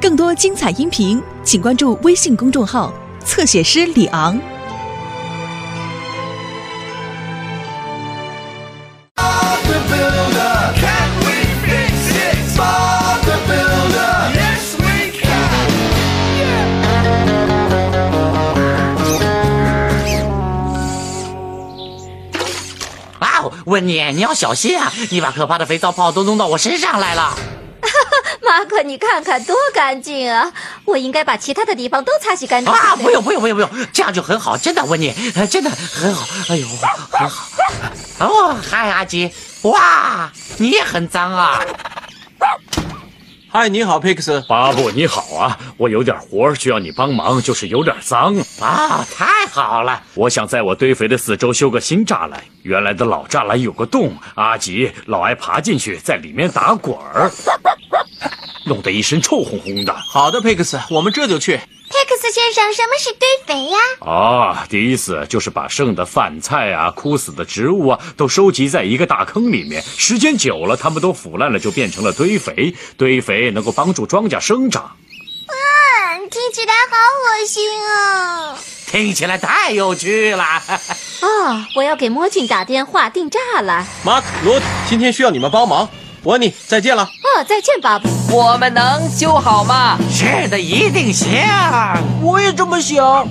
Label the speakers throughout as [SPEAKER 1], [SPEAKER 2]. [SPEAKER 1] 更多精彩音频，请关注微信公众号“侧写师李昂”。
[SPEAKER 2] the Builder. Can we fix it? Bob the Builder. Yes, we can.
[SPEAKER 3] 啊！温妮，你要小心啊！你把可怕的肥皂泡都弄到我身上来了。
[SPEAKER 4] 马可，你看看多干净啊！我应该把其他的地方都擦洗干净
[SPEAKER 3] 啊！
[SPEAKER 4] 才对
[SPEAKER 3] 不用不用不用不用，这样就很好，真的，温妮，呃真的很好。哎呦，很好。哦，嗨，阿吉，哇，你也很脏啊！
[SPEAKER 5] 嗨，你好，Pix。
[SPEAKER 6] 巴布你好啊，我有点活儿需要你帮忙，就是有点脏。
[SPEAKER 3] 啊，太好了！
[SPEAKER 6] 我想在我堆肥的四周修个新栅栏，原来的老栅栏有个洞，阿吉老爱爬进去，在里面打滚儿，弄得一身臭烘烘的。
[SPEAKER 5] 好的，Pix，我们这就去。
[SPEAKER 7] Tex 先生，什么是堆肥呀、
[SPEAKER 6] 哦，的意思就是把剩的饭菜啊、枯死的植物啊，都收集在一个大坑里面。时间久了，它们都腐烂了，就变成了堆肥。堆肥能够帮助庄稼生长。
[SPEAKER 7] 嗯，听起来好恶心哦！
[SPEAKER 3] 听起来太有 趣了。
[SPEAKER 4] 哦！我要给莫俊打电话定栅栏。
[SPEAKER 5] Mark、罗，今天需要你们帮忙。我你再见了。
[SPEAKER 4] 哦，再见，巴布。
[SPEAKER 8] 我们能修好吗？
[SPEAKER 3] 是的，一定行。
[SPEAKER 8] 我也这么想。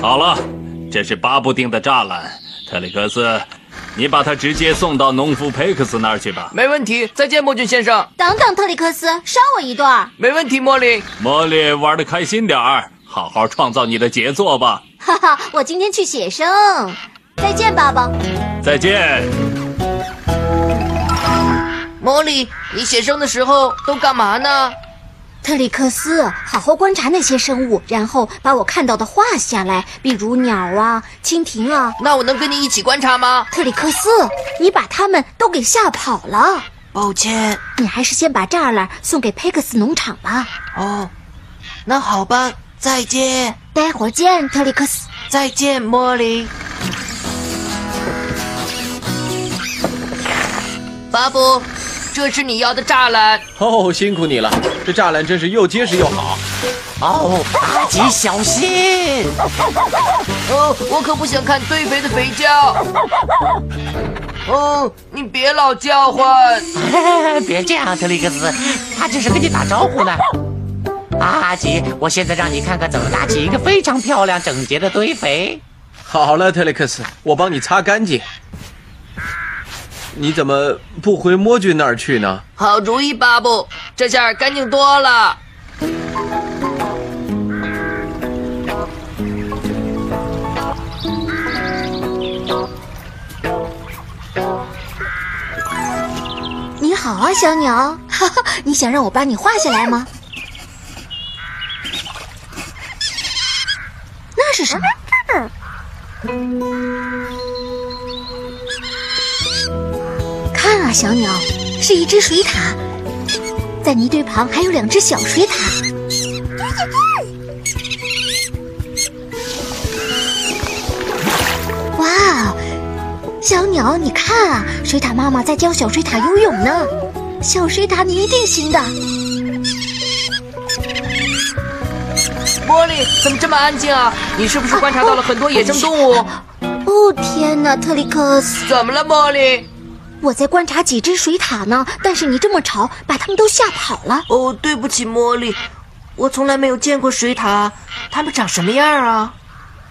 [SPEAKER 9] 好了，这是巴布定的栅栏，特里克斯，你把它直接送到农夫佩克斯那儿去吧。
[SPEAKER 8] 没问题，再见，莫俊先生。
[SPEAKER 7] 等等，特里克斯，捎我一段儿。
[SPEAKER 8] 没问题，茉莉。
[SPEAKER 9] 茉莉，玩的开心点儿，好好创造你的杰作吧。
[SPEAKER 7] 哈哈，我今天去写生。再见，爸爸。
[SPEAKER 9] 再见。
[SPEAKER 8] 茉莉，你写生的时候都干嘛呢？
[SPEAKER 4] 特里克斯，好好观察那些生物，然后把我看到的画下来，比如鸟啊、蜻蜓啊。
[SPEAKER 8] 那我能跟你一起观察吗？
[SPEAKER 4] 特里克斯，你把它们都给吓跑了。
[SPEAKER 8] 抱歉。
[SPEAKER 4] 你还是先把栅栏送给佩克斯农场吧。
[SPEAKER 8] 哦，那好吧，再见，
[SPEAKER 4] 待会儿见，特里克斯。
[SPEAKER 8] 再见，茉莉。巴布，这是你要的栅栏。
[SPEAKER 5] 哦，辛苦你了，这栅栏真是又结实又好。
[SPEAKER 3] 哦，阿吉，小心！
[SPEAKER 8] 哦，我可不想看堆肥的肥皂。哦，你别老叫唤。
[SPEAKER 3] 别这样，特里克斯，他这是跟你打招呼呢。啊阿吉，我现在让你看看怎么搭起一个非常漂亮、整洁的堆肥。
[SPEAKER 5] 好了，特雷克斯，我帮你擦干净。你怎么不回魔君那儿去呢？
[SPEAKER 8] 好主意，巴布，这下干净多了。
[SPEAKER 4] 你好啊，小鸟， 哈哈，你想让我把你画下来吗？那是什么？看啊，小鸟，是一只水獭，在泥堆旁还有两只小水獭。哇哦，小鸟，你看啊，水獭妈妈在教小水獭游泳呢。小水獭，你一定行的！
[SPEAKER 8] 茉莉，怎么这么安静啊？你是不是观察到了很多野生动物？
[SPEAKER 4] 哦天哪，特里克斯，
[SPEAKER 8] 怎么了，茉莉？
[SPEAKER 4] 我在观察几只水獭呢，但是你这么吵，把它们都吓跑了。
[SPEAKER 8] 哦，对不起，茉莉，我从来没有见过水獭，它们长什么样啊？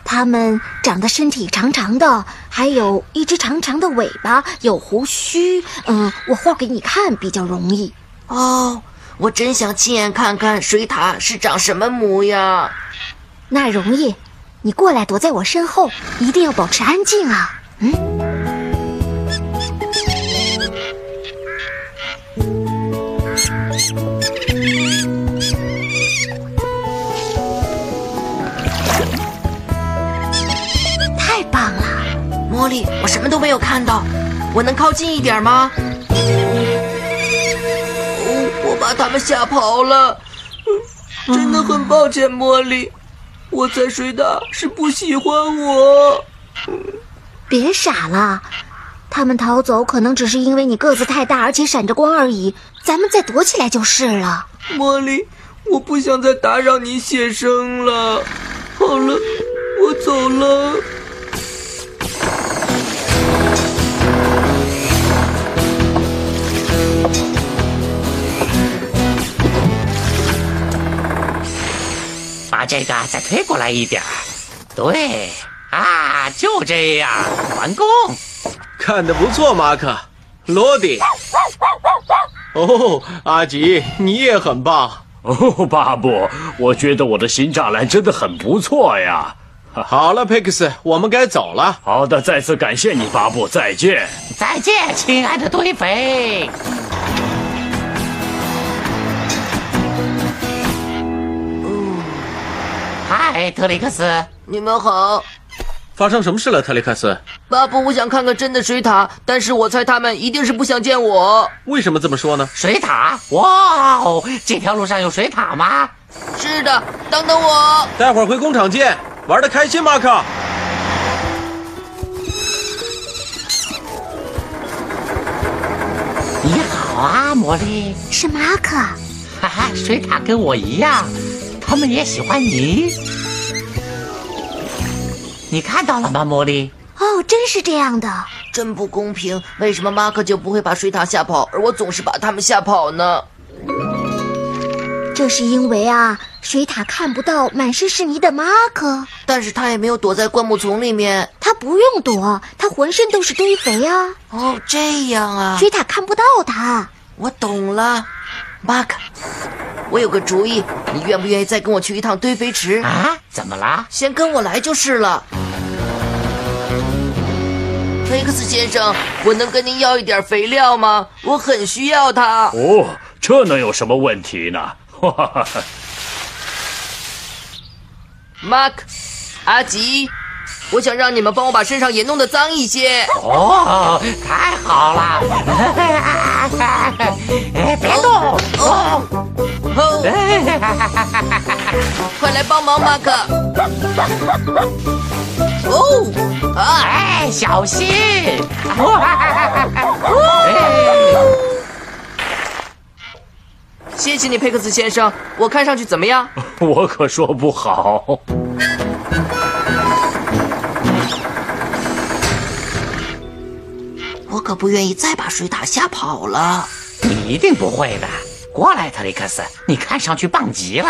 [SPEAKER 4] 它们长得身体长长的，还有一只长长的尾巴，有胡须。嗯，我画给你看比较容易。
[SPEAKER 8] 哦，我真想亲眼看看水獭是长什么模样。
[SPEAKER 4] 那容易，你过来躲在我身后，一定要保持安静啊。嗯。太棒了。
[SPEAKER 8] 茉莉，我什么都没有看到，我能靠近一点吗？哦，我把他们吓跑了，嗯真的很抱歉，茉莉，我猜水獭是不喜欢我。
[SPEAKER 4] 别傻了，他们逃走可能只是因为你个子太大，而且闪着光而已。咱们再躲起来就是了。
[SPEAKER 8] 茉莉，我不想再打扰你写生了。好了，我走了。
[SPEAKER 3] 把这个再推过来一点儿，对，啊，就这样，完工。
[SPEAKER 5] 看得不错，马可，罗迪。哦，阿吉，你也很棒。
[SPEAKER 6] 哦，巴布，我觉得我的新栅栏真的很不错呀。
[SPEAKER 5] 好了，佩克斯，我们该走了。
[SPEAKER 6] 好的，再次感谢你，巴布，再见。
[SPEAKER 3] 再见，亲爱的堆肥。哦嗨，特里克斯，
[SPEAKER 8] 你们好，
[SPEAKER 5] 发生什么事了，特雷克斯？
[SPEAKER 8] 巴布，我想看看真的水獭，但是我猜他们一定是不想见我。
[SPEAKER 5] 为什么这么说呢？
[SPEAKER 3] 水獭！哇哦，这条路上有水獭吗？
[SPEAKER 8] 是的，等等我。
[SPEAKER 5] 待会儿回工厂见，玩的开心，马可。
[SPEAKER 3] 你好啊，魔力。
[SPEAKER 4] 是马可，
[SPEAKER 3] 哈哈，水獭跟我一样，他们也喜欢你。你看到了吗，茉莉？
[SPEAKER 4] 哦，真是这样的。
[SPEAKER 8] 真不公平，为什么马克就不会把水獭吓跑，而我总是把他们吓跑呢？
[SPEAKER 4] 这是因为啊，水獭看不到满身是泥的马可，
[SPEAKER 8] 但是他也没有躲在灌木丛里面。
[SPEAKER 4] 它不用躲，它浑身都是堆肥啊，
[SPEAKER 8] 哦，这样啊，
[SPEAKER 4] 水獭看不到它。
[SPEAKER 8] 我懂了。马克，我有个主意，你愿不愿意再跟我去一趟堆肥池？
[SPEAKER 3] 啊，怎么了？
[SPEAKER 8] 先跟我来就是了。菲克斯先生，我能跟您要一点肥料吗？我很需要它。
[SPEAKER 6] 哦，这能有什么问题 呢？哈哈哈哈。
[SPEAKER 8] 马克，阿吉，我想让你们帮我把身上也弄得脏一些。
[SPEAKER 3] 哦，太好了！ 哎，别动！哦，
[SPEAKER 8] 哦，
[SPEAKER 3] 哎
[SPEAKER 8] 快来帮忙，马克。哦，啊，
[SPEAKER 3] 哎，小心！ 哎
[SPEAKER 8] 谢谢你，佩克斯先生。我看上去怎么样？
[SPEAKER 6] 我可说不好。
[SPEAKER 8] 我可不愿意再把水獭吓跑了。
[SPEAKER 3] 你一定不会的。过来，特里克斯，你看上去棒极了。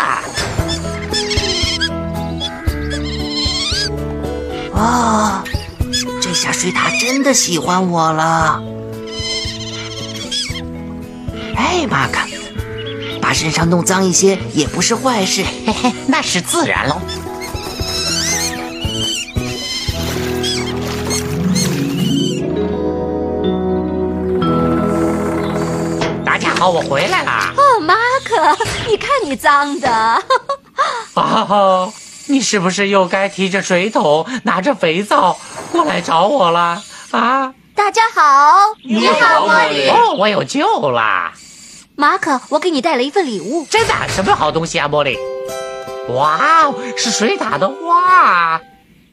[SPEAKER 8] 啊、这下水獭真的喜欢我了。哎，马克，把身上弄脏一些也不是坏事。
[SPEAKER 3] 嘿嘿，那是自然喽。大家好，我回来啦！
[SPEAKER 4] 哦，马可，你看你脏的。
[SPEAKER 3] 哦，你是不是又该提着水桶，拿着肥皂过来找我了啊？
[SPEAKER 4] 大家好，
[SPEAKER 8] 你好茉莉
[SPEAKER 3] 哦，我有救啦！
[SPEAKER 4] 马可，我给你带了一份礼物。
[SPEAKER 3] 真的，什么好东西啊，茉莉？哇哦，是水打的画，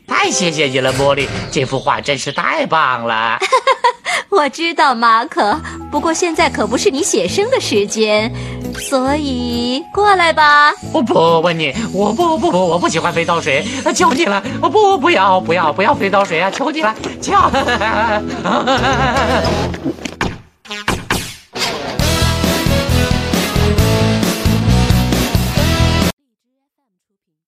[SPEAKER 3] 太谢谢你了，茉莉，这幅画真是太棒了。
[SPEAKER 10] 我知道马可，不过现在可不是你写生的时间，所以过来吧。
[SPEAKER 3] 我不我问你，我不不不，我不喜欢肥皂水，啊求你了，我不不要不要不要肥皂水啊，求你了，求！